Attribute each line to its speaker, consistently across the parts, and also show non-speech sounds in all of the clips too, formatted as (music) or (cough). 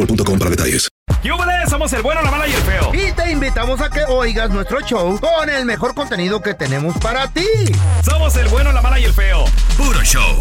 Speaker 1: com para detalles.
Speaker 2: ¡Yúbales! Somos el bueno, la mala y el feo.
Speaker 3: Y te invitamos a que oigas nuestro show con el mejor contenido que tenemos para ti.
Speaker 2: Somos el bueno, la mala y el feo. Puro show.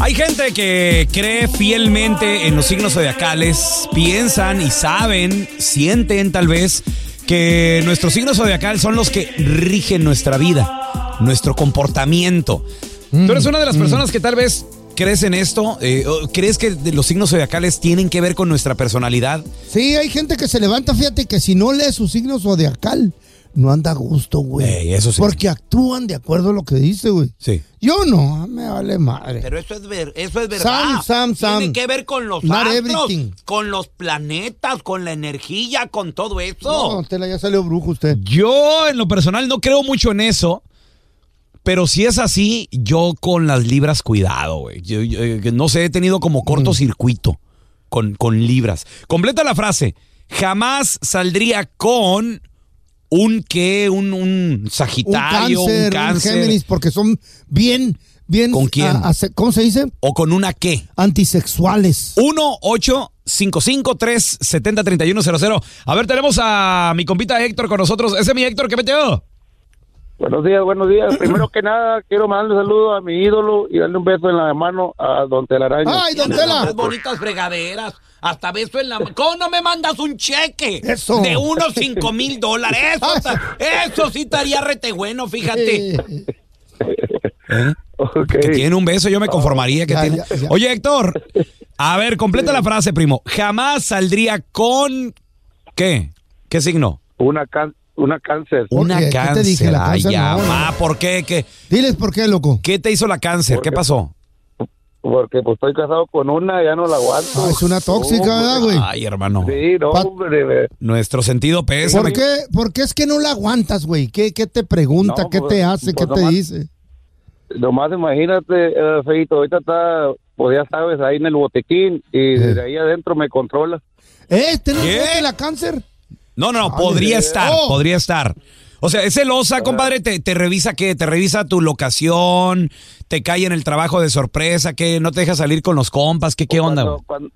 Speaker 2: Hay gente que cree fielmente en los signos zodiacales, piensan y saben, sienten tal vez, que nuestros signos zodiacales son los que rigen nuestra vida, nuestro comportamiento. Tú
Speaker 4: Mm,
Speaker 2: eres una de las personas que tal vez crees en esto? Eh, ¿Crees que los signos zodiacales tienen que ver con nuestra personalidad?
Speaker 4: Sí, hay gente que se levanta, fíjate, que si no lee su signo zodiacal, no anda a gusto, güey.
Speaker 2: Ey, eso sí.
Speaker 4: Porque actúan de acuerdo a lo que dice, güey.
Speaker 2: Sí.
Speaker 4: Yo no, ah, me vale madre.
Speaker 5: Pero eso es, ver, eso es
Speaker 4: Sam,
Speaker 5: verdad.
Speaker 4: Sam, Sam.
Speaker 5: Tiene que ver con los
Speaker 4: Not
Speaker 5: astros,
Speaker 4: everything.
Speaker 5: con los planetas, con la energía, con todo
Speaker 4: No,
Speaker 5: eso.
Speaker 4: don Tela, ya salió brujo usted.
Speaker 2: Yo en lo personal no creo mucho en eso. Pero si es así, yo con las libras cuidado, güey. Yo- yo, eh, no sé, he tenido como cortocircuito con, con libras. Completa la frase. Jamás saldría con un qué, un, un
Speaker 4: Un
Speaker 2: sagitario,
Speaker 4: cáncer, un Géminis, porque son bien, bien.
Speaker 2: ¿Con quién?
Speaker 4: a- ace- ¿Cómo se dice?
Speaker 2: o con una qué.
Speaker 4: Antisexuales.
Speaker 2: 1-855-370-3100. A ver, tenemos a mi compita Héctor con nosotros. Ese es mi Héctor, ¿qué metió?
Speaker 6: Buenos días, buenos
Speaker 4: (clears throat)
Speaker 6: días. Primero que nada, quiero mandarle un saludo a mi ídolo y darle un beso en la mano a Don Telaraño.
Speaker 4: ¡Ay, don
Speaker 5: Las
Speaker 4: Tela!
Speaker 5: bonitas fregaderas. Hasta beso en la ¿Cómo no me mandas un cheque?
Speaker 4: Eso.
Speaker 5: De unos cinco mil
Speaker 4: (laughs)
Speaker 5: dólares. Eso,
Speaker 4: Ah,
Speaker 5: eso sí estaría rete bueno, fíjate.
Speaker 4: Eh,
Speaker 6: (laughs) Ok.
Speaker 2: Que tiene un beso, yo me conformaría que
Speaker 4: Oh, Ya,
Speaker 2: tiene.
Speaker 4: ya, ya.
Speaker 2: Oye, Héctor, a ver, completa la frase, primo. Jamás saldría con ¿qué? ¿Qué signo?
Speaker 6: Una, can- una cáncer.
Speaker 2: Una
Speaker 4: ¿qué te
Speaker 2: cáncer.
Speaker 4: dije? La
Speaker 2: Ay,
Speaker 4: cáncer
Speaker 2: ya,
Speaker 4: no.
Speaker 2: ma, ¿por qué? qué?
Speaker 4: Diles por qué, loco.
Speaker 2: ¿Qué te hizo la cáncer? ¿Qué pasó?
Speaker 6: Porque pues estoy casado con una, ya no la aguanto.
Speaker 4: Ah, es una tóxica, ¿verdad, güey?
Speaker 2: Ay, hermano.
Speaker 6: Sí, no,
Speaker 4: Pat-
Speaker 6: hombre. me-
Speaker 2: Nuestro sentido pésame.
Speaker 4: ¿Por qué, ¿Por qué es que no la aguantas, güey? ¿Qué, qué te pregunta?
Speaker 6: No,
Speaker 4: ¿Qué
Speaker 6: pues,
Speaker 4: te hace? ¿Qué
Speaker 6: pues,
Speaker 4: te
Speaker 6: nomás-
Speaker 4: dice?
Speaker 6: Nomás imagínate, eh, Feito, ahorita está, pues ya sabes, ahí en el botiquín
Speaker 2: Eh.
Speaker 6: y desde ahí adentro me controla.
Speaker 4: ¿Eh? ¿Este no
Speaker 2: ¿Qué?
Speaker 4: es la cáncer?
Speaker 2: No, no, no,
Speaker 4: Ay,
Speaker 2: podría
Speaker 4: eh.
Speaker 2: estar,
Speaker 4: Oh.
Speaker 2: podría estar. O sea, es celosa, compadre, te, te revisa qué, te revisa tu locación, te cae en el trabajo de sorpresa, que no te deja salir con los compas, qué, qué onda.
Speaker 6: Cuando,
Speaker 2: güey?
Speaker 6: cuando,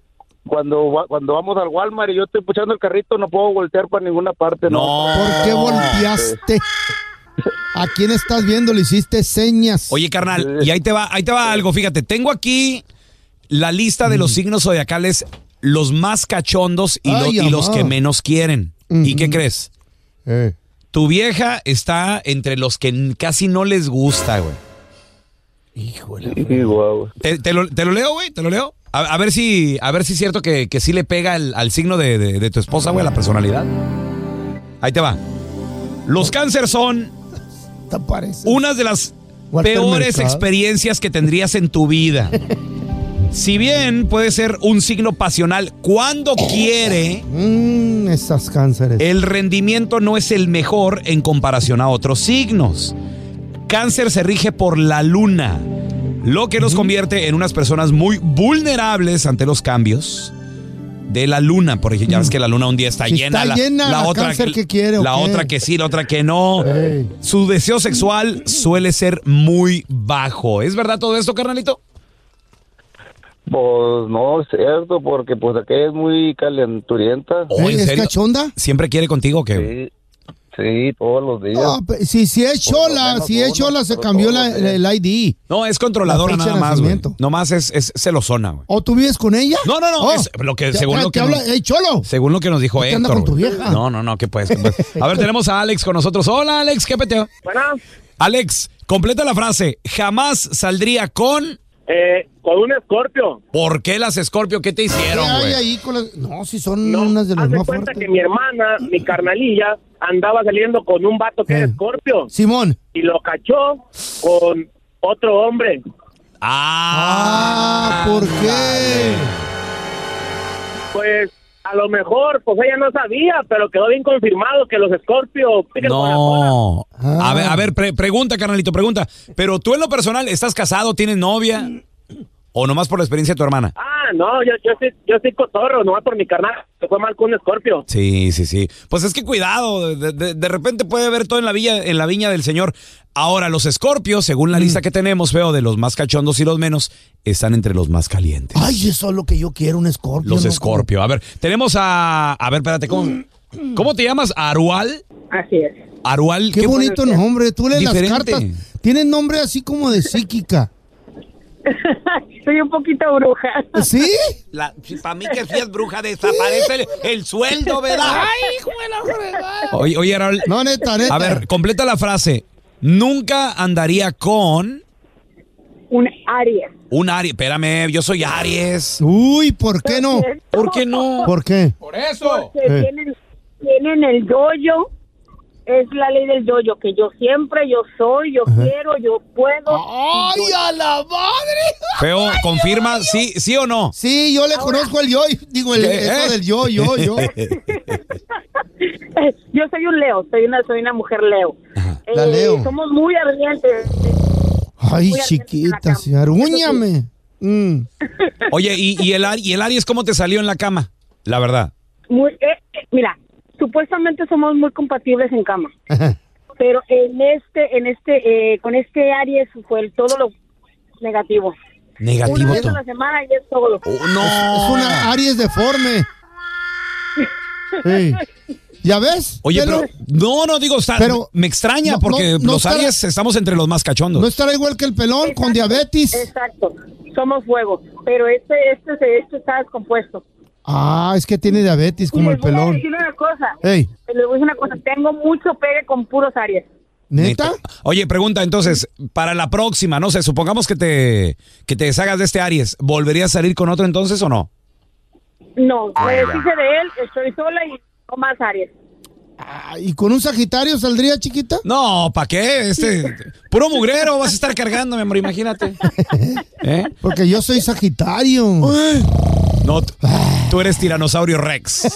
Speaker 6: cuando, va- cuando vamos al Walmart y yo estoy puchando el carrito, no puedo voltear para ninguna parte.
Speaker 2: No.
Speaker 6: (laughs)
Speaker 4: ¿Por qué
Speaker 6: Ah.
Speaker 4: volteaste? ¿A quién estás viendo? Le hiciste señas.
Speaker 2: Oye, carnal, y ahí te va, ahí te va algo, fíjate, tengo aquí la lista de los
Speaker 4: Mm.
Speaker 2: signos zodiacales, los más cachondos y, lo-
Speaker 4: Ay,
Speaker 2: y los
Speaker 4: amá.
Speaker 2: que menos quieren. ¿Y qué crees?
Speaker 4: Eh.
Speaker 2: Tu vieja está entre los que n- casi no les gusta, güey.
Speaker 6: Sí, guau.
Speaker 2: Te, te lo, te lo leo, güey, te lo leo. A, a ver si a ver si es cierto que, que sí le pega al, al signo de, de- de tu esposa, güey, a la personalidad. Ahí te va. Los cáncer son
Speaker 4: ¿Te parece?
Speaker 2: unas de las
Speaker 4: Walter
Speaker 2: peores
Speaker 4: Mercado.
Speaker 2: experiencias que tendrías en tu vida. Si bien puede ser un signo pasional cuando quiere,
Speaker 4: Mm, esas cánceres.
Speaker 2: el rendimiento no es el mejor en comparación a otros signos. Cáncer se rige por la luna. lo que nos convierte en unas personas muy vulnerables ante los cambios de la luna, por ejemplo, ya ves que la luna un día está
Speaker 4: Mm. Si
Speaker 2: llena,
Speaker 4: está
Speaker 2: la,
Speaker 4: llena,
Speaker 2: la
Speaker 4: la
Speaker 2: otra
Speaker 4: cáncer que quiere, ¿o
Speaker 2: la
Speaker 4: qué?
Speaker 2: otra que sí, la otra que no.
Speaker 4: Ey.
Speaker 2: Su deseo sexual suele ser muy bajo. ¿Es verdad todo esto, carnalito?
Speaker 6: Pues no es cierto, porque pues aquella es muy calenturienta.
Speaker 2: Oh,
Speaker 4: Ey,
Speaker 2: ¿en
Speaker 4: ¿Es
Speaker 2: serio?
Speaker 4: cachonda?
Speaker 2: ¿Siempre quiere contigo o
Speaker 6: Sí,
Speaker 2: qué?
Speaker 6: sí, todos los días.
Speaker 2: Ah,
Speaker 4: No, pe- si, si es
Speaker 6: Por lo
Speaker 4: chola,
Speaker 6: menos
Speaker 4: si es
Speaker 6: uno,
Speaker 4: chola se
Speaker 6: pero
Speaker 4: cambió
Speaker 6: todos
Speaker 4: la-
Speaker 6: los
Speaker 4: la- el ID.
Speaker 2: No, es controladora
Speaker 4: La
Speaker 2: nada
Speaker 4: fecha de
Speaker 2: más, güey.
Speaker 4: nacimiento.
Speaker 2: Nomás es, es celosona, güey.
Speaker 4: ¿O tú vives con ella?
Speaker 2: No, no, no,
Speaker 4: Oh.
Speaker 2: es lo que-
Speaker 4: Te-
Speaker 2: según lo
Speaker 4: te
Speaker 2: que
Speaker 4: habla,
Speaker 2: nos-
Speaker 4: ¡Ey, cholo!
Speaker 2: Según lo que nos dijo
Speaker 4: ¿Por qué
Speaker 2: Héctor.
Speaker 4: anda con
Speaker 2: güey.
Speaker 4: tu vieja?
Speaker 2: No, no, no, que pues, que pues.
Speaker 4: (laughs)
Speaker 2: A ver, tenemos a Alex con nosotros. Hola, Alex, ¿qué peteo?
Speaker 7: Bueno,
Speaker 2: Alex, completa la frase. Jamás saldría con.
Speaker 7: eh, con un escorpio.
Speaker 2: ¿Por qué las Scorpio? ¿Qué te
Speaker 4: ¿Qué
Speaker 2: hicieron,
Speaker 4: hay
Speaker 2: güey?
Speaker 4: ahí con las- No, si son
Speaker 7: No,
Speaker 4: unas de las
Speaker 7: haz de
Speaker 4: más
Speaker 7: cuenta
Speaker 4: fuertes.
Speaker 7: que mi hermana, mi carnalilla, andaba saliendo con un vato que
Speaker 4: Eh.
Speaker 7: era escorpio
Speaker 4: Simón.
Speaker 7: y lo cachó con otro hombre.
Speaker 4: Ah, ¿por qué?
Speaker 7: Pues a lo mejor, pues ella no sabía, pero quedó bien confirmado que los escorpios pican con la cola.
Speaker 2: No.
Speaker 4: Ah.
Speaker 2: A ver, a ver, pre- pregunta, carnalito, pregunta. Pero tú en lo personal, ¿estás casado? ¿Tienes novia? ¿O nomás por la experiencia de tu hermana?
Speaker 7: Ah, no, yo, yo, soy, yo soy cotorro, nomás por mi carnal, se fue mal con un escorpio.
Speaker 2: Sí, sí, sí. Pues es que cuidado, de, de- de repente puede haber todo en la villa, en la viña del señor. Ahora, los escorpios, según
Speaker 4: Mm.
Speaker 2: la lista que tenemos, veo de los más cachondos y los menos, están entre los más calientes.
Speaker 4: Ay, eso es lo que yo quiero, un escorpio.
Speaker 2: los
Speaker 4: ¿no?
Speaker 2: escorpio. A ver, tenemos a. A ver, espérate, ¿cómo, ¿cómo te llamas? ¿Arual?
Speaker 8: Así es. (laughs)
Speaker 2: ¿Arual?
Speaker 4: Qué bonito nombre. Tú lees
Speaker 2: Diferente.
Speaker 4: las cartas. Tienen nombre así como de
Speaker 8: (laughs)
Speaker 4: psíquica.
Speaker 8: Soy un poquito bruja.
Speaker 4: ¿Sí?
Speaker 5: para mí que si es bruja desaparece el, el sueldo, ¿verdad?
Speaker 2: Oye, oye, Arual.
Speaker 4: No, neta, neta.
Speaker 2: A ver, completa la frase. Nunca andaría con
Speaker 8: Un Aries.
Speaker 2: un Aries. Espérame, yo soy Aries.
Speaker 4: Uy, ¿por qué no?
Speaker 2: ¿Por qué no?
Speaker 4: ¿Por qué?
Speaker 5: Por eso.
Speaker 8: Que
Speaker 4: Eh.
Speaker 8: tienen, tienen el yoyo. Es la ley del yoyo, que yo siempre, yo soy, yo quiero, yo puedo.
Speaker 4: ¡Ay, a la madre!
Speaker 2: Feo, confirma, sí, sí o no.
Speaker 4: Sí, yo le conozco el yo, digo, el,
Speaker 2: ¿Qué?
Speaker 4: eso del
Speaker 2: (laughs)
Speaker 4: yo, yo, yo.
Speaker 8: (laughs) Yo soy un Leo, soy una, soy una mujer Leo. Eh,
Speaker 4: La Leo.
Speaker 8: Somos muy ardientes.
Speaker 4: Ay,
Speaker 8: Voy a
Speaker 4: chiquita,
Speaker 8: hacer
Speaker 4: sí, argúñame.
Speaker 8: (laughs)
Speaker 4: Mm.
Speaker 2: Oye, ¿y, y el, Ari- ¿y el Aries cómo te salió en la cama? La verdad.
Speaker 8: Muy, eh, eh, mira, supuestamente somos muy compatibles en cama.
Speaker 4: Ajá.
Speaker 8: Pero en este, en este, eh, con este Aries fue el todo lo negativo. Una
Speaker 2: Negativo
Speaker 8: vez
Speaker 2: tú.
Speaker 8: a la semana y es todo.
Speaker 2: Oh, no.
Speaker 4: Es una Aries deforme. Ey. ¿Ya ves?
Speaker 2: Oye,
Speaker 4: Velo,
Speaker 2: pero no, no digo, está-
Speaker 4: Pero-
Speaker 2: me extraña
Speaker 4: no,
Speaker 2: porque
Speaker 4: no, no
Speaker 2: los
Speaker 4: está-
Speaker 2: Aries estamos entre los más cachondos.
Speaker 4: No estará igual que el pelón con
Speaker 8: Exacto,
Speaker 4: diabetes.
Speaker 8: Exacto, somos fuego, pero este, este, se- este está descompuesto.
Speaker 4: Ah, es que tiene diabetes como
Speaker 8: y
Speaker 4: el
Speaker 8: les voy a
Speaker 4: pelón.
Speaker 8: decir una cosa, Eh,
Speaker 4: Ey,
Speaker 8: les voy a decir una cosa, tengo mucho pegue con puros Aries.
Speaker 4: ¿neta?
Speaker 2: Oye, pregunta entonces, para la próxima, no sé, supongamos que te que te deshagas de este Aries, ¿volverías a salir con otro entonces o no?
Speaker 8: No, me deshice de él, estoy sola y no más Aries.
Speaker 4: Ah, ¿Y con un Sagitario saldría chiquita?
Speaker 2: No, ¿para qué? Este puro mugrero vas a estar cargando, mi amor,
Speaker 4: (laughs)
Speaker 2: imagínate. ¿Eh?
Speaker 4: Porque yo soy Sagitario.
Speaker 2: No, t- tú eres tiranosaurio Rex.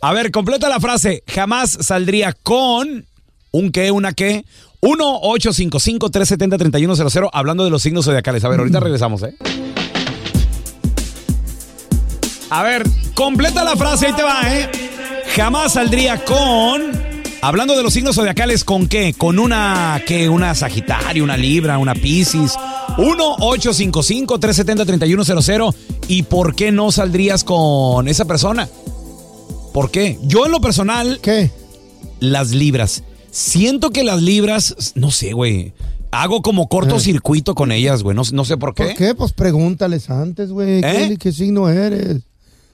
Speaker 2: A ver, completa la frase. Jamás saldría con un qué, una qué. 1-855-370-3100 hablando de los signos zodiacales. A ver, ahorita regresamos, ¿eh? A ver, completa la frase, ahí te va, ¿eh? Jamás saldría con... Hablando de los signos zodiacales, ¿con qué? Con una, ¿qué? Una Sagitario, una Libra, una Piscis. 1-855-370-3100. ¿Y por qué no saldrías con esa persona? ¿Por qué? Yo en lo personal,
Speaker 4: ¿Qué?
Speaker 2: las Libras. Siento que las Libras, no sé, güey. Hago como cortocircuito con ellas, güey. No, no sé por qué.
Speaker 4: ¿Por qué? Pues pregúntales antes, güey. ¿Qué-
Speaker 2: ¿Eh?
Speaker 4: ¿Qué, signo eres?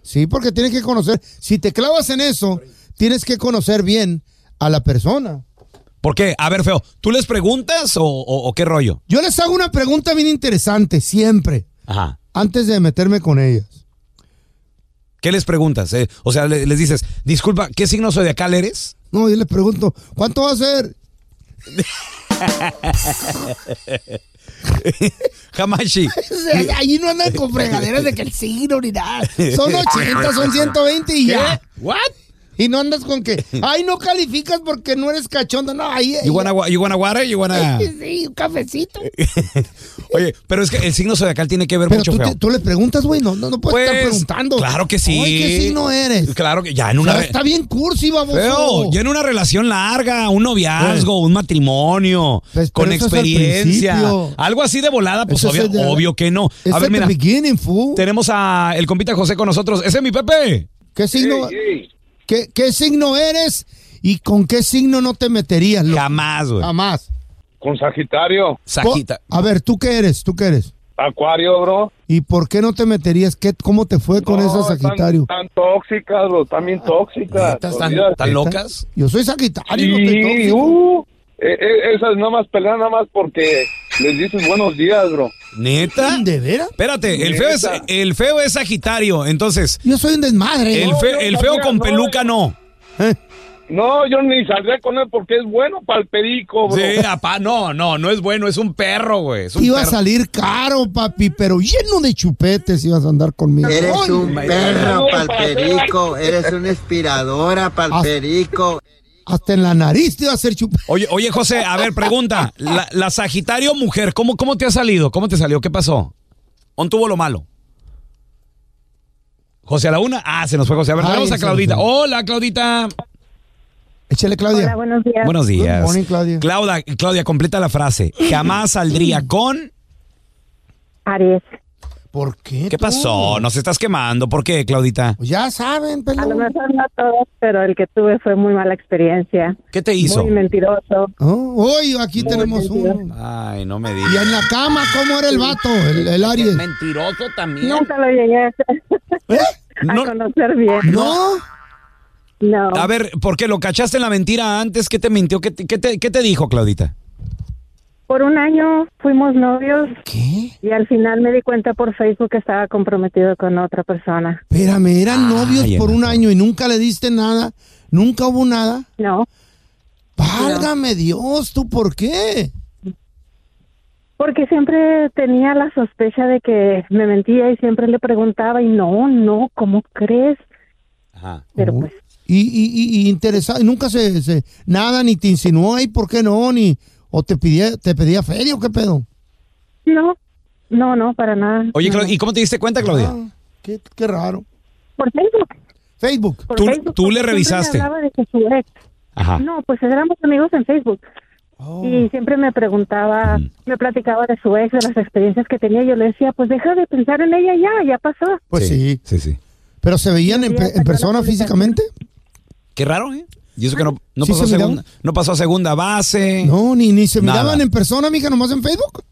Speaker 4: Sí, porque tienes que conocer. Si te clavas en eso, tienes que conocer bien a la persona.
Speaker 2: ¿Por qué? A ver, feo, ¿tú les preguntas o, o- o qué rollo?
Speaker 4: Yo les hago una pregunta bien interesante, siempre,
Speaker 2: Ajá.
Speaker 4: antes de meterme con ellas.
Speaker 2: ¿Qué les preguntas? Eh, o sea, le- les dices, disculpa, ¿qué signo zodiacal eres? (laughs)
Speaker 4: No, yo les pregunto, ¿cuánto va a ser?
Speaker 2: Hamashi.
Speaker 4: Allí no andan
Speaker 2: (laughs)
Speaker 4: con fregaderas de que el signo ni nada. Son 80, son 120 y (laughs) ya.
Speaker 2: ¿What?
Speaker 4: Y no andas
Speaker 2: (laughs)
Speaker 4: con que, ay, no calificas porque no eres cachondo. No, ahí.
Speaker 2: You wanna, wa- you wanna water, you
Speaker 4: (laughs)
Speaker 2: wanna-
Speaker 4: Sí, un cafecito.
Speaker 2: Eh, Oye, pero es que el signo zodiacal tiene que ver
Speaker 4: Pero
Speaker 2: mucho
Speaker 4: tú,
Speaker 2: feo.
Speaker 4: te- tú le preguntas, güey, no, no, no puedes estar
Speaker 2: Pues,
Speaker 4: preguntando.
Speaker 2: Claro que sí.
Speaker 4: Ay, ¿qué signo eres?
Speaker 2: Claro que ya en una
Speaker 4: O sea,
Speaker 2: re-
Speaker 4: Está bien cursi, baboso.
Speaker 2: feo, ya en una relación larga, un noviazgo, un matrimonio,
Speaker 4: Eh. Pues, pero
Speaker 2: con
Speaker 4: eso es al
Speaker 2: experiencia,
Speaker 4: principio.
Speaker 2: algo así de volada, pues
Speaker 4: Eso
Speaker 2: obvio,
Speaker 4: es de-
Speaker 2: obvio que no.
Speaker 4: Es
Speaker 2: A ver,
Speaker 4: at
Speaker 2: mira,
Speaker 4: the beginning, fool.
Speaker 2: tenemos a el compita José con nosotros. Ese es mi Pepe.
Speaker 4: ¿Qué signo,
Speaker 6: Sí,
Speaker 4: qué, qué signo eres y con qué signo no te meterías? loco?
Speaker 2: Jamás, güey.
Speaker 4: Jamás.
Speaker 6: con Sagitario,
Speaker 2: Sajita.
Speaker 4: Po- A ver, ¿tú qué eres? ¿Tú qué eres?
Speaker 6: Acuario, bro.
Speaker 4: ¿Y por qué no te meterías? ¿Qué, ¿Cómo te fue con
Speaker 6: No,
Speaker 4: esa
Speaker 6: están-
Speaker 4: Sagitario?
Speaker 6: Están tóxicas, bro, están bien tóxicas.
Speaker 2: Ah, Neta, ¿Están,
Speaker 6: Olvídate.
Speaker 2: están locas?
Speaker 4: Yo soy Sagitario, no estoy
Speaker 6: Sí,
Speaker 4: tóxico.
Speaker 6: uh, e- e- esas nada más pelean nada más porque les dices buenos días, bro.
Speaker 2: ¿Neta?
Speaker 4: ¿De veras?
Speaker 2: Espérate, el feo, es,
Speaker 6: Neta.
Speaker 2: el feo es Sagitario, entonces,
Speaker 4: Yo soy un desmadre.
Speaker 2: el,
Speaker 6: No,
Speaker 2: fe-
Speaker 6: yo
Speaker 2: el feo
Speaker 6: sabía,
Speaker 2: con
Speaker 6: no,
Speaker 2: peluca no.
Speaker 6: No, yo ni saldría con él porque es bueno para el perico, bro.
Speaker 2: Sí, apá, no, no, no es bueno, es un perro, güey. Es un
Speaker 4: Iba a
Speaker 2: perro.
Speaker 4: salir caro, papi, pero lleno de chupetes ibas a andar conmigo.
Speaker 9: Eres
Speaker 4: Ay,
Speaker 9: un perro palperico, eres una inspiradora palperico.
Speaker 4: Hasta en la nariz te iba a hacer chupetes.
Speaker 2: Oye, oye, José, a ver, pregunta. La, la Sagitario mujer, ¿cómo, ¿cómo te ha salido? ¿Cómo te salió? ¿Qué pasó? ¿On tuvo lo malo? José a la una. Ah, se nos fue José. A ver,
Speaker 4: Ay,
Speaker 2: tenemos a
Speaker 4: se
Speaker 2: Claudita.
Speaker 4: nos fue.
Speaker 2: Hola, Claudita.
Speaker 4: Échale, Claudia.
Speaker 8: Hola, buenos días.
Speaker 2: Buenos días.
Speaker 4: morning, Claudia.
Speaker 2: Clauda- Claudia, completa la frase. Jamás saldría con.
Speaker 8: Aries.
Speaker 4: ¿Por qué?
Speaker 2: ¿Qué
Speaker 4: tú?
Speaker 2: pasó? Nos estás quemando. ¿Por qué, Claudita?
Speaker 4: Pues ya saben,
Speaker 8: A lo
Speaker 4: pelón.
Speaker 8: mejor no todos, pero el que tuve fue muy mala experiencia.
Speaker 2: ¿Qué te hizo?
Speaker 8: Muy mentiroso.
Speaker 4: Oh, Hoy aquí tenemos
Speaker 8: mentira.
Speaker 4: uno.
Speaker 2: Ay, no me
Speaker 4: Y en
Speaker 2: digas.
Speaker 4: la cama, ¿cómo era el vato? El, el Aries.
Speaker 5: Mentiroso también.
Speaker 8: Nunca lo llegué a,
Speaker 4: ¿Eh?
Speaker 8: (laughs) a
Speaker 2: No-
Speaker 8: conocer bien.
Speaker 4: ¿No?
Speaker 8: No.
Speaker 2: A ver, ¿por qué lo cachaste en la mentira antes? ¿Qué te mintió? ¿Qué te- qué te- qué te dijo, Claudita?
Speaker 8: Por un año fuimos novios
Speaker 4: ¿Qué?
Speaker 8: y al final me di cuenta por Facebook que estaba comprometido con otra persona.
Speaker 4: Espérame, eran
Speaker 2: Ay,
Speaker 4: novios por un
Speaker 2: hermano.
Speaker 4: año y nunca le diste nada. Nunca hubo nada.
Speaker 8: No.
Speaker 4: Válgame Dios, ¿tú por qué?
Speaker 8: Porque siempre tenía la sospecha de que me mentía y siempre le preguntaba y no, no, ¿cómo crees?
Speaker 2: Ajá.
Speaker 8: Pero
Speaker 4: Uy.
Speaker 8: pues
Speaker 4: Y, y, y, y interesado, y nunca se, se- nada, ni te insinuó, ¿y por qué no? Ni, o te pedía, te pedía feria o qué pedo.
Speaker 8: no, no, no, para nada.
Speaker 2: Oye,
Speaker 8: No,
Speaker 2: Clau-
Speaker 8: no.
Speaker 2: ¿y cómo te diste cuenta, Claudia?
Speaker 4: Ah, qué, qué raro.
Speaker 8: por Facebook.
Speaker 4: Facebook.
Speaker 8: por
Speaker 2: Tú-
Speaker 8: Facebook,
Speaker 2: tú le
Speaker 8: porque siempre me
Speaker 2: revisaste.
Speaker 8: hablaba de que su ex.
Speaker 4: Ah.
Speaker 2: Ajá.
Speaker 8: No, pues éramos amigos en Facebook.
Speaker 4: Oh.
Speaker 8: Y siempre me preguntaba,
Speaker 4: Mm.
Speaker 8: me platicaba de su ex, de las experiencias que tenía. y Yo le decía, pues deja de pensar en ella ya, ya pasó.
Speaker 4: Pues sí.
Speaker 2: Sí, sí.
Speaker 4: Pero se veían en,
Speaker 8: Sí,
Speaker 4: pe-
Speaker 8: hasta
Speaker 4: en
Speaker 8: que
Speaker 4: persona
Speaker 8: no publicaste.
Speaker 4: físicamente.
Speaker 2: Qué raro, ¿eh? Y eso que no, no
Speaker 4: ¿Sí
Speaker 2: pasó a
Speaker 4: se miraron?
Speaker 2: segunda, no pasó a segunda base.
Speaker 4: No, ni, ni se
Speaker 2: Nada.
Speaker 4: miraban en persona, mija, nomás en Facebook.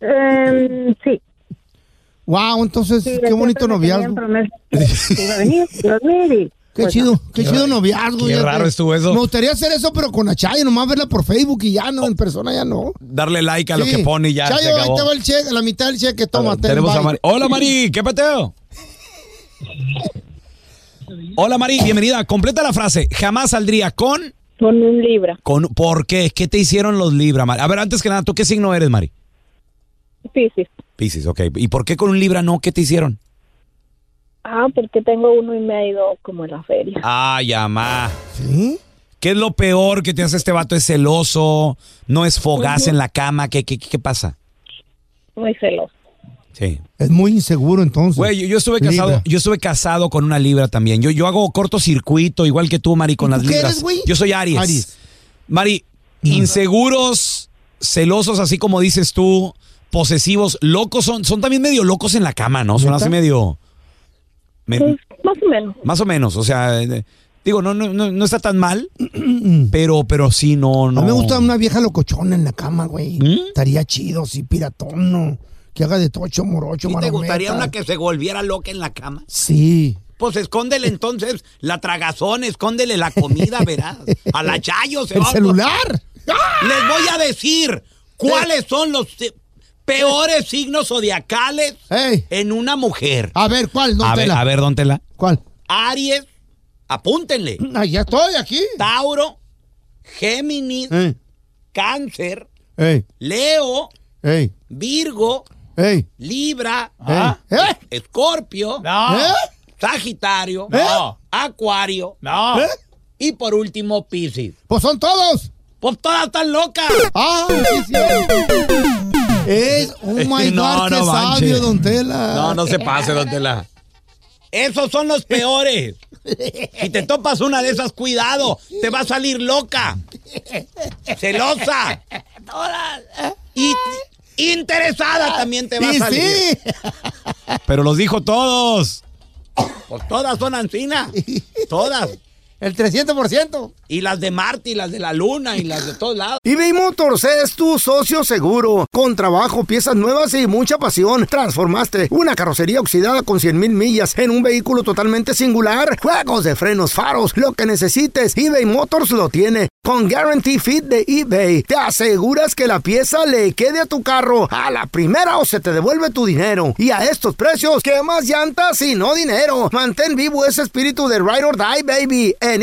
Speaker 8: Em, sí.
Speaker 4: Wow, entonces,
Speaker 8: sí,
Speaker 4: qué
Speaker 8: siempre
Speaker 4: bonito
Speaker 8: me tenían
Speaker 4: noviazgo.
Speaker 8: promesas que iba
Speaker 4: (laughs)
Speaker 8: a venir, iba a venir y,
Speaker 4: Qué
Speaker 8: pues,
Speaker 4: chido,
Speaker 8: no.
Speaker 4: qué, chido noviazgo.
Speaker 2: qué
Speaker 4: fíjate.
Speaker 2: raro estuvo eso.
Speaker 4: Me gustaría hacer eso, pero con la Chayo, nomás verla por Facebook y ya no, en persona ya no.
Speaker 2: Darle like a lo
Speaker 4: Sí.
Speaker 2: que pone y ya
Speaker 4: Chayo,
Speaker 2: se acabó.
Speaker 4: ahí te va el cheque, la mitad del cheque,
Speaker 2: A ver,
Speaker 4: toma. ten,
Speaker 2: tenemos a
Speaker 4: bye.
Speaker 2: Mari. Hola, Mari. ¿Qué
Speaker 4: (laughs)
Speaker 2: pateo? Hola, Mari. Bienvenida. Completa la frase. Jamás saldría con...
Speaker 8: Con un libra,
Speaker 2: con ¿Por qué? ¿Qué te hicieron los Libra, Mari? A ver, antes que nada, ¿tú qué signo eres, Mari?
Speaker 8: Piscis.
Speaker 2: Pisces, ok. ¿Y por qué con un Libra no? ¿Qué te hicieron?
Speaker 8: Ah, porque tengo uno y me ha ido como en la feria.
Speaker 2: Ay, amá.
Speaker 4: ¿Sí?
Speaker 2: Ah, ¿Qué es lo peor que te hace este vato? ¿Es celoso? ¿No es fogaz en la cama? ¿Qué, qué, qué pasa?
Speaker 8: Muy celoso.
Speaker 2: Sí.
Speaker 4: Es muy inseguro entonces.
Speaker 2: Güey, yo, yo estuve casado,
Speaker 4: Libra.
Speaker 2: yo estuve casado con una libra también. Yo, yo hago cortocircuito, igual que tú, Mari, con
Speaker 4: ¿Y
Speaker 2: las
Speaker 4: tú qué
Speaker 2: libras.
Speaker 4: eres, güey?
Speaker 2: yo soy Aries.
Speaker 4: Aries.
Speaker 2: Mari, inseguros, celosos, así como dices tú, posesivos, locos son, son también medio locos en la cama, ¿no? Son
Speaker 4: ¿Neta?
Speaker 2: así medio. me-
Speaker 8: más o menos.
Speaker 2: más o menos, o sea, eh, digo, no, no, no, no está tan
Speaker 4: (clears throat)
Speaker 2: mal, pero, pero sí, no, no.
Speaker 4: A mí me gusta una vieja locochona en la cama, güey.
Speaker 2: ¿Mm?
Speaker 4: Estaría chido, sí, piratono. Que haga de tocho, morocho,
Speaker 5: ¿Y te
Speaker 4: marometa.
Speaker 5: gustaría una que se volviera loca en la cama?
Speaker 4: Sí.
Speaker 5: Pues escóndele entonces la tragazón, escóndele la
Speaker 4: (laughs)
Speaker 5: comida, verás. A la Chayo se
Speaker 4: El
Speaker 5: va a-
Speaker 4: celular.
Speaker 5: Les voy a decir cuáles son los eh, peores signos zodiacales
Speaker 4: Ey,
Speaker 5: en una mujer.
Speaker 4: a ver, ¿cuál? No,
Speaker 2: A ver,
Speaker 4: tela.
Speaker 2: a ver, Ah, don Tela.
Speaker 4: ¿Cuál? (clears throat)
Speaker 5: Aries, apúntenle.
Speaker 4: Ah, ya estoy aquí.
Speaker 5: Tauro, Géminis,
Speaker 2: Eh.
Speaker 4: Ey,
Speaker 5: Cáncer,
Speaker 4: ey,
Speaker 5: Leo,
Speaker 4: ey,
Speaker 5: Virgo,
Speaker 4: ey.
Speaker 5: Libra,
Speaker 2: Ah.
Speaker 4: ey. ¿Eh?
Speaker 5: Escorpio,
Speaker 4: ¿Eh?
Speaker 5: Sagitario,
Speaker 4: ¿Eh?
Speaker 2: Acuario.
Speaker 5: ah.
Speaker 2: No. Y por último, Piscis.
Speaker 4: Pues son todos.
Speaker 2: Pues todas están locas.
Speaker 4: Ah, Es
Speaker 2: (laughs)
Speaker 4: un my God, qué
Speaker 2: manche.
Speaker 4: sabio, don Tela.
Speaker 2: No, no se pase, don Tela. Esos son los peores. Si te topas una de esas, cuidado. Te va a salir loca, celosa. Y interesada también te va a
Speaker 4: Y
Speaker 2: salir.
Speaker 4: sí.
Speaker 5: Pero los dijo todos.
Speaker 2: Pues todas son ancinas. Todas.
Speaker 4: El 300%.
Speaker 2: Y las de Marte, y las de la Luna, y las de todos lados.
Speaker 3: eBay Motors es tu socio seguro. Con trabajo, piezas nuevas y mucha pasión, transformaste una carrocería oxidada con 100 mil millas en un vehículo totalmente singular. Juegos de frenos, faros, lo que necesites, eBay Motors lo tiene. Con Guarantee Fit de eBay, te aseguras que la pieza le quede a tu carro a la primera o se te devuelve tu dinero. Y a estos precios, ¿qué más llantas y no dinero? Mantén vivo ese espíritu de Ride or Die, baby, en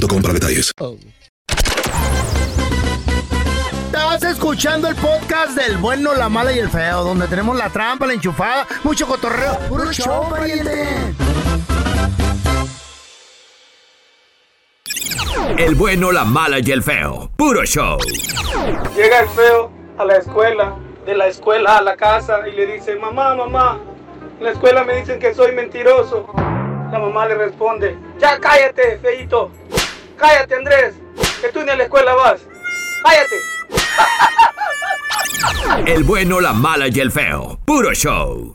Speaker 1: para detalles.
Speaker 3: Estás escuchando el podcast del bueno, la mala y el feo, donde tenemos la trampa, la enchufada, mucho cotorreo. ¡Puro show,
Speaker 10: El bueno, la mala y el feo. Puro show.
Speaker 11: Llega el feo a la escuela, de la escuela a la casa y le dice, mamá, mamá, en la escuela me dicen que soy mentiroso. La mamá le responde, ya cállate, feito. Cállate, Andrés, que tú ni a la escuela vas. Cállate.
Speaker 10: El bueno, la mala y el feo. Puro show.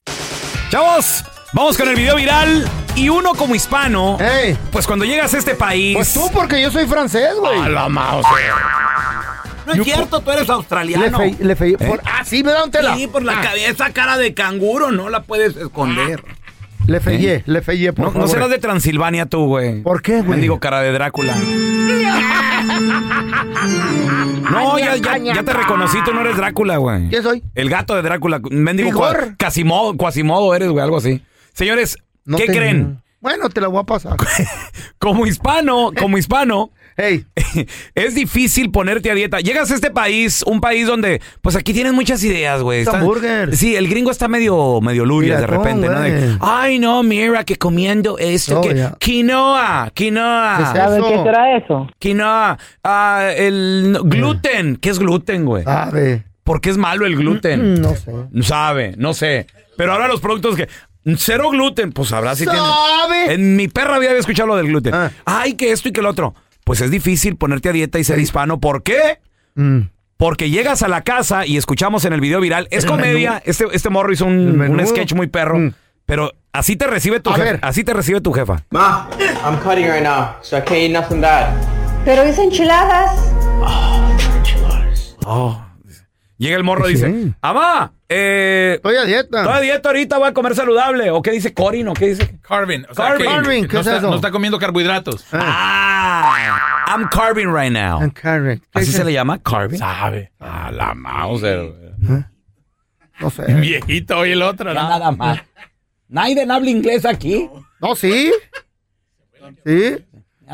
Speaker 5: Chavos, vamos con el video viral. Y uno como hispano, pues cuando llegas a este país.
Speaker 4: Pues tú, porque yo soy francés, güey.
Speaker 5: A la ma- o sea,
Speaker 2: No es cierto, tú eres australiano.
Speaker 4: Le fe- le
Speaker 3: ¿Eh?
Speaker 4: fe- por- ah, sí, me da un tela.
Speaker 2: Sí, por la
Speaker 4: Ah.
Speaker 2: cabeza, esa cara de canguro no la puedes esconder.
Speaker 3: Le fellé, le fellé, por
Speaker 5: No, no
Speaker 3: favor.
Speaker 5: serás de Transilvania tú, güey. ¿Por qué, güey? Digo cara de Drácula. No, ya, ya- ya te reconocí, tú no eres Drácula, güey.
Speaker 3: ¿Quién soy?
Speaker 5: El gato de Drácula. Mendigo cua- Casimodo, Cuasimodo eres, güey, algo así. Señores, ¿qué
Speaker 3: te-
Speaker 5: creen?
Speaker 3: Bueno, te la voy a (laughs) pasar.
Speaker 5: Como hispano, como hispano, (laughs) es difícil ponerte a dieta. Llegas a este país, un país donde, pues aquí tienes muchas ideas, güey.
Speaker 3: Está
Speaker 5: Están-
Speaker 3: hamburger.
Speaker 5: Sí, el gringo está medio, medio luria de
Speaker 3: Piratón,
Speaker 5: repente, ¿no? De-
Speaker 3: güey.
Speaker 5: Ay, no, mira, que comiendo esto,
Speaker 3: No,
Speaker 5: que
Speaker 3: Oh, ya.
Speaker 5: quinoa,
Speaker 3: Ah.
Speaker 5: quinoa.
Speaker 12: ¿Sabe qué será eso?
Speaker 5: Quinoa, ah, el no, gluten. ¿Qué es gluten, güey?
Speaker 3: Sabe.
Speaker 5: ¿Por qué es malo el gluten?
Speaker 3: Ah. Mm, no sé.
Speaker 5: Sabe, no sé. Pero ahora los productos que... Cero gluten, pues habrá si tiene...
Speaker 3: Sabe.
Speaker 5: En mi perra había escuchado lo del gluten. Ay, que esto y que el otro. Pues es difícil ponerte a dieta y ser hispano. ¿Por qué? Porque llegas a la casa y escuchamos en el video viral, es
Speaker 3: El
Speaker 5: comedia,
Speaker 3: menú.
Speaker 5: este, este morro hizo un,
Speaker 3: El
Speaker 5: un
Speaker 3: menú.
Speaker 5: sketch muy perro, pero así te recibe tu
Speaker 13: A
Speaker 5: jefa,
Speaker 13: ver.
Speaker 5: así te recibe tu jefa.
Speaker 13: Ma, I'm cutting right now, so I can't eat nothing bad.
Speaker 12: Pero hice enchiladas.
Speaker 5: Oh. Llega el morro y dice, "Amá, eh,
Speaker 3: estoy a dieta.
Speaker 5: Estoy a dieta ahorita, voy a comer saludable." ¿O qué dice Corin? ¿O qué dice?
Speaker 14: Carvin. O sea,
Speaker 5: Carvin.
Speaker 14: que
Speaker 5: Carvin,
Speaker 14: no
Speaker 5: ¿qué es
Speaker 14: está,
Speaker 5: eso?
Speaker 14: No está comiendo carbohidratos.
Speaker 5: Ah, I'm carving right now. I'm
Speaker 3: carving.
Speaker 5: ¿Así se le llama? Carving.
Speaker 14: Sabe. A la Mauser.
Speaker 3: No sé.
Speaker 14: Viejito y el otro.
Speaker 2: Ya nada más. Naiden habla inglés aquí.
Speaker 3: No, sí. Sí.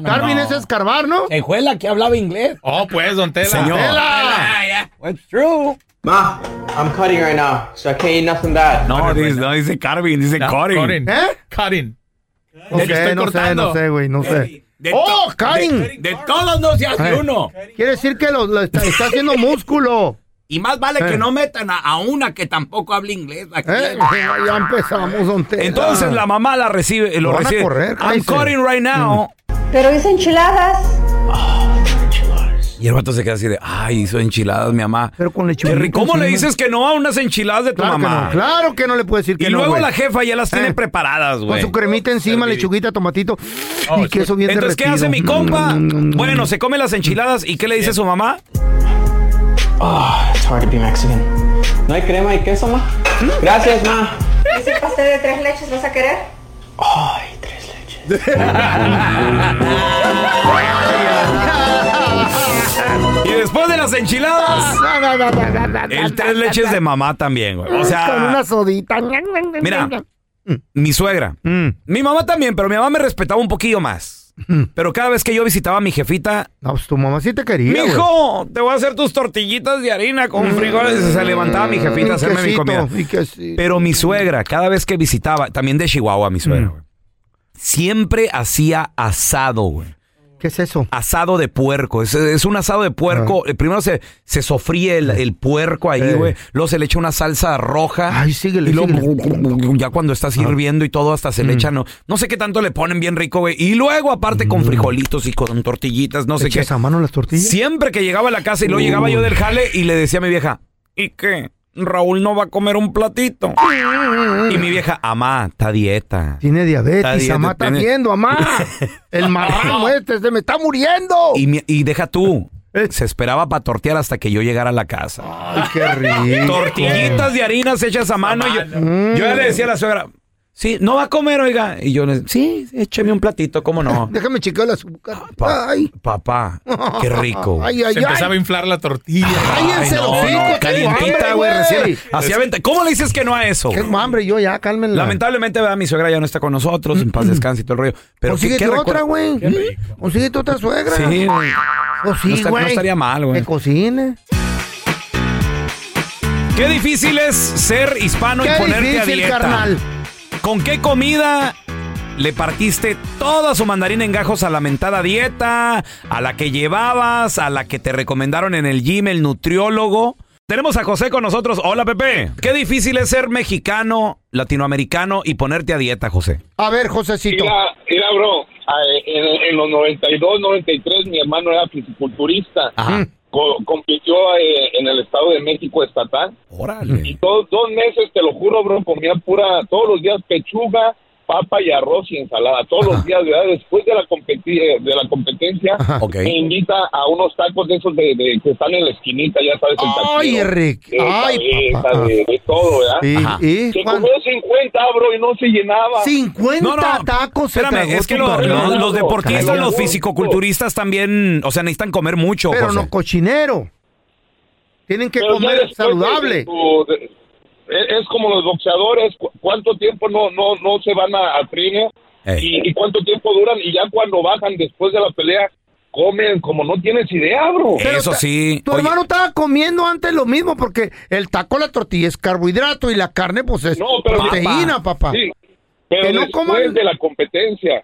Speaker 2: Carmen es
Speaker 3: escarbar, ¿no?
Speaker 2: Sejuela que hablaba inglés.
Speaker 14: Oh, pues, don Tela.
Speaker 2: Señor.
Speaker 13: It's true. Ma, I'm cutting right now, so I can't eat nothing bad.
Speaker 5: No, dice, no dice Carvin, dice Corin.
Speaker 14: ¿Eh? Cutting.
Speaker 3: No
Speaker 14: Ya lo
Speaker 3: sé,
Speaker 14: estoy
Speaker 3: no sé,
Speaker 14: cortando.
Speaker 3: no sé, güey, no sé. ¡Oh, Karin!
Speaker 2: De todos no se hace
Speaker 3: Eh,
Speaker 2: uno.
Speaker 3: Quiere decir que lo, lo está, está haciendo músculo.
Speaker 15: Y más vale
Speaker 3: Eh.
Speaker 15: que no metan a, a una que tampoco habla inglés. aquí.
Speaker 3: Eh, (laughs) ya empezamos, don Tela.
Speaker 5: Entonces la mamá la recibe, eh, lo
Speaker 3: Lo van a
Speaker 5: recibe.
Speaker 3: correr, Mm.
Speaker 5: I'm
Speaker 3: cállese.
Speaker 5: cutting right now.
Speaker 8: Pero hice enchiladas.
Speaker 5: Y el vato se queda así de, ay, hizo enchiladas mi mamá. Pero con ¿Cómo le dices que no a unas enchiladas de tu
Speaker 3: Claro que
Speaker 5: mamá?
Speaker 3: no, claro que no le puedes decir que
Speaker 5: Y
Speaker 3: no,
Speaker 5: luego
Speaker 3: güey. Eh.
Speaker 5: la jefa ya las tiene preparadas,
Speaker 3: Con
Speaker 5: güey.
Speaker 3: su cremita encima, lechuguita, tomatito y queso bien
Speaker 5: Entonces, ¿qué hace mi
Speaker 3: derretido.
Speaker 5: compa? Bueno, se come las enchiladas. ¿Y qué le dice su mamá?
Speaker 2: Oh, it's hard to be Mexican. ¿No hay crema y queso, ma? Gracias, ma.
Speaker 8: ¿Ese pastel de tres leches vas a querer?
Speaker 5: Y después de
Speaker 3: (laughs)
Speaker 5: las enchiladas, el tres leches de mamá también, güey. O
Speaker 3: Mm. con
Speaker 5: sea,
Speaker 3: una sodita. Mm.
Speaker 5: mira, mi suegra. Mi mamá también, pero mi mamá me respetaba un poquillo más. Pero cada vez que yo visitaba a mi jefita,
Speaker 3: No, pues tu mamá sí te quería. güey. Mm.
Speaker 5: Mijo, te voy a hacer tus tortillitas de harina con frijoles. Y Se levantaba mi jefita a hacerme mi
Speaker 3: quesito,
Speaker 5: comida.
Speaker 3: Mm. y quesito.
Speaker 5: Pero mi suegra, cada vez que visitaba, también de Chihuahua, mi suegra,
Speaker 3: Mm.
Speaker 5: güey, siempre hacía asado, güey.
Speaker 3: ¿Qué es eso?
Speaker 5: Asado de puerco. Es, es un asado de puerco. Eh, Primero se, se sofríe el, el puerco ahí,
Speaker 3: Eh.
Speaker 5: güey. Luego se le echa una salsa roja.
Speaker 3: Ay, síguele,
Speaker 5: Ah, Y luego,
Speaker 3: síguele.
Speaker 5: ya cuando estás hirviendo y todo, hasta se le echa, no, no sé qué tanto le ponen bien rico, güey. Y luego, aparte, con frijolitos y con tortillitas, no sé qué.
Speaker 3: ¿Echas a mano las tortillas?
Speaker 5: Siempre que llegaba a la casa y luego
Speaker 3: Uh.
Speaker 5: llegaba yo del jale y le decía a mi vieja, ¿y qué? Raúl no va a comer un platito. Y mi vieja, amá, está dieta.
Speaker 3: Tiene
Speaker 5: Está
Speaker 3: diabetes,
Speaker 5: dieta,
Speaker 3: mamá está
Speaker 5: tiene-
Speaker 3: viendo, mamá.
Speaker 5: (laughs)
Speaker 3: El marrano este se me está muriendo.
Speaker 5: Y, mi- y deja tú. Se esperaba para tortear hasta que yo llegara a la casa.
Speaker 3: Ay, qué rico.
Speaker 5: Tortillitas de harinas hechas a mano. y Yo,
Speaker 3: Mm.
Speaker 5: yo ya le decía a la suegra, sí, no va a comer, oiga. Y yo, le- sí, écheme un platito, ¿cómo no?
Speaker 3: Déjame chequear el azúcar.
Speaker 5: Pa-
Speaker 3: Ay.
Speaker 5: Papá, qué rico. güey.
Speaker 3: Ay, ay,
Speaker 16: Se
Speaker 3: ay.
Speaker 16: empezaba a inflar la tortilla.
Speaker 3: Cállense
Speaker 5: no,
Speaker 3: los hocicos,
Speaker 5: no,
Speaker 3: tengo
Speaker 5: calientita,
Speaker 3: hambre,
Speaker 5: güey,
Speaker 3: güey.
Speaker 5: recién. Hacía venta. ¿Cómo le dices que no a eso?
Speaker 3: Qué hambre yo ya, cálmenla.
Speaker 5: Lamentablemente, ¿verdad? mi suegra ya no está con nosotros, en paz descanse y todo el rollo. Pero qué,
Speaker 3: Consíguete
Speaker 5: qué recuer-
Speaker 3: Mm. otra, güey. Consíguete otra suegra.
Speaker 5: Sí, güey.
Speaker 3: Pues
Speaker 5: No
Speaker 3: sí,
Speaker 5: está- no
Speaker 3: güey.
Speaker 5: estaría mal, güey.
Speaker 3: Que cocine.
Speaker 5: Qué difícil es ser hispano
Speaker 3: Qué
Speaker 5: y ponerte a
Speaker 3: difícil,
Speaker 5: dieta.
Speaker 3: carnal.
Speaker 5: ¿Con qué comida le partiste toda su mandarina en gajos a la mentada dieta, a la que llevabas, a la que te recomendaron en el gym el nutriólogo? Tenemos a José con nosotros. Hola, Pepe. Qué difícil es ser mexicano, latinoamericano y ponerte a dieta, José.
Speaker 3: A ver, Josecito.
Speaker 11: Mira, mira, bro, a- en, en los 92, 93, mi hermano era fisiculturista. Mm. Co- compitió eh, en el Estado de México estatal. Y dos, dos meses, te lo juro, bro, comía pura, todos los días pechuga, papa y arroz y ensalada. Todos los días, ¿verdad? Después de la, competi- eh, de la competencia,
Speaker 3: Ajá. Ok.
Speaker 11: me invita a unos tacos de esos de, de- que están en la esquinita, ya sabes, el
Speaker 3: Ay,
Speaker 11: taquero,
Speaker 3: Rick.
Speaker 11: de
Speaker 3: Ay,
Speaker 11: cabeza,
Speaker 3: papá.
Speaker 11: de, de todo, ¿verdad?
Speaker 3: Sí,
Speaker 11: Ajá.
Speaker 3: ¿y
Speaker 11: Se
Speaker 3: cuán-
Speaker 11: comió 50, bro, y no se llenaba.
Speaker 3: 50
Speaker 11: No, no,
Speaker 3: tacos se
Speaker 5: Espérame,
Speaker 3: tragó
Speaker 5: es que
Speaker 3: tu
Speaker 5: lo-
Speaker 3: carnal.
Speaker 5: lo- los deportistas,
Speaker 3: Cállate.
Speaker 5: los fisicoculturistas también, o sea, necesitan comer mucho,
Speaker 3: Pero
Speaker 5: José.
Speaker 3: no cochinero. Tienen que
Speaker 11: Pero ya
Speaker 3: comer
Speaker 11: después de-
Speaker 3: saludable.
Speaker 11: de tu- de- e, es es como los boxeadores, cu- ¿cuánto tiempo no no no se van a, a trineo?
Speaker 5: Eh.
Speaker 11: Y, y cuánto tiempo duran? Y ya cuando bajan después de la pelea, comen como no tienes idea, bro.
Speaker 5: Eso sí.
Speaker 3: Tu hermano estaba comiendo antes lo mismo porque el taco, la tortilla es carbohidrato y la carne pues es
Speaker 11: pero-
Speaker 3: proteína, papá.
Speaker 11: Sí, pero
Speaker 3: Que no
Speaker 11: después
Speaker 3: coman-
Speaker 11: de la competencia.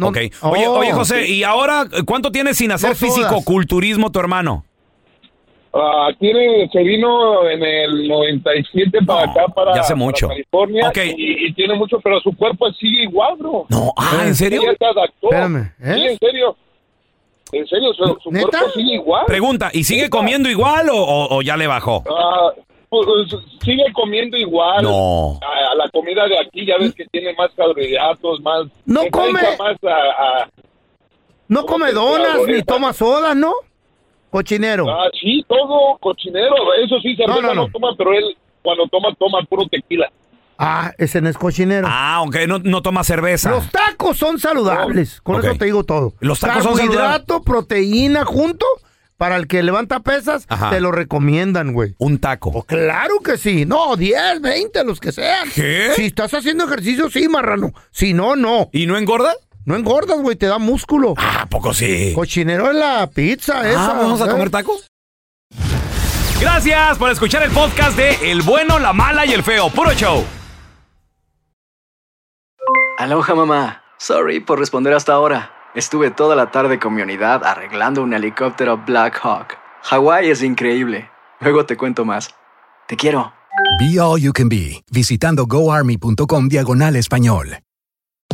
Speaker 5: Ok. Oye,
Speaker 3: Oh.
Speaker 5: oye, José, ¿y ahora cuánto tienes sin hacer
Speaker 11: No todas.
Speaker 5: fisicoculturismo tu hermano?
Speaker 11: ah, tiene, se vino en el 97 para acá, para,
Speaker 5: ya hace
Speaker 11: para
Speaker 5: mucho.
Speaker 11: California. Y, y tiene mucho, pero su cuerpo sigue igual, bro.
Speaker 5: No, ah, ¿en serio?
Speaker 11: Ya se adaptó.
Speaker 5: Espérame, ¿eh?
Speaker 11: Sí, en serio. En serio, su, su cuerpo sigue igual.
Speaker 5: Pregunta, ¿y sigue comiendo igual o, o- o ya le bajó?
Speaker 11: Ah, pues, sigue comiendo igual.
Speaker 5: No.
Speaker 11: A, a la comida de aquí ya ves que tiene más carbohidratos, más.
Speaker 3: No
Speaker 11: se
Speaker 3: come.
Speaker 11: dedica Más a, a-
Speaker 3: No come donas ni toma soda, ¿no? Cochinero.
Speaker 11: a- ah, sí, todo cochinero. Eso sí, cerveza
Speaker 3: No,
Speaker 11: no,
Speaker 3: no, no.
Speaker 11: toma, pero él cuando toma, toma puro tequila.
Speaker 3: Ah, ese no es cochinero.
Speaker 5: Ah, ok, no, no toma cerveza.
Speaker 3: Los tacos son saludables. Con
Speaker 5: Ok.
Speaker 3: eso te digo todo.
Speaker 5: Los tacos son
Speaker 3: Carbohidrato, proteína junto. Para el que levanta pesas,
Speaker 5: Ajá.
Speaker 3: te lo recomiendan, güey.
Speaker 5: Un taco.
Speaker 3: claro que sí. No, 10, 20, los que sean.
Speaker 5: ¿Qué?
Speaker 3: Si estás haciendo ejercicio, sí, marrano. Si no, no.
Speaker 5: ¿Y no engorda?
Speaker 3: No engordas, güey. Te da músculo.
Speaker 5: Ah, poco sí. Ah,
Speaker 3: Cochinero es la pizza esa.
Speaker 5: ¿vamos a
Speaker 3: ¿eh?
Speaker 5: comer tacos? Gracias por escuchar el podcast de El Bueno, la Mala y el Feo. Puro show.
Speaker 4: Aloha mamá. Sorry por responder hasta ahora. Estuve toda la tarde con mi unidad arreglando un helicóptero Black Hawk. Hawái es increíble. Luego te cuento más. Te quiero.
Speaker 17: Be All You Can Be, visitando goarmy.com diagonal español.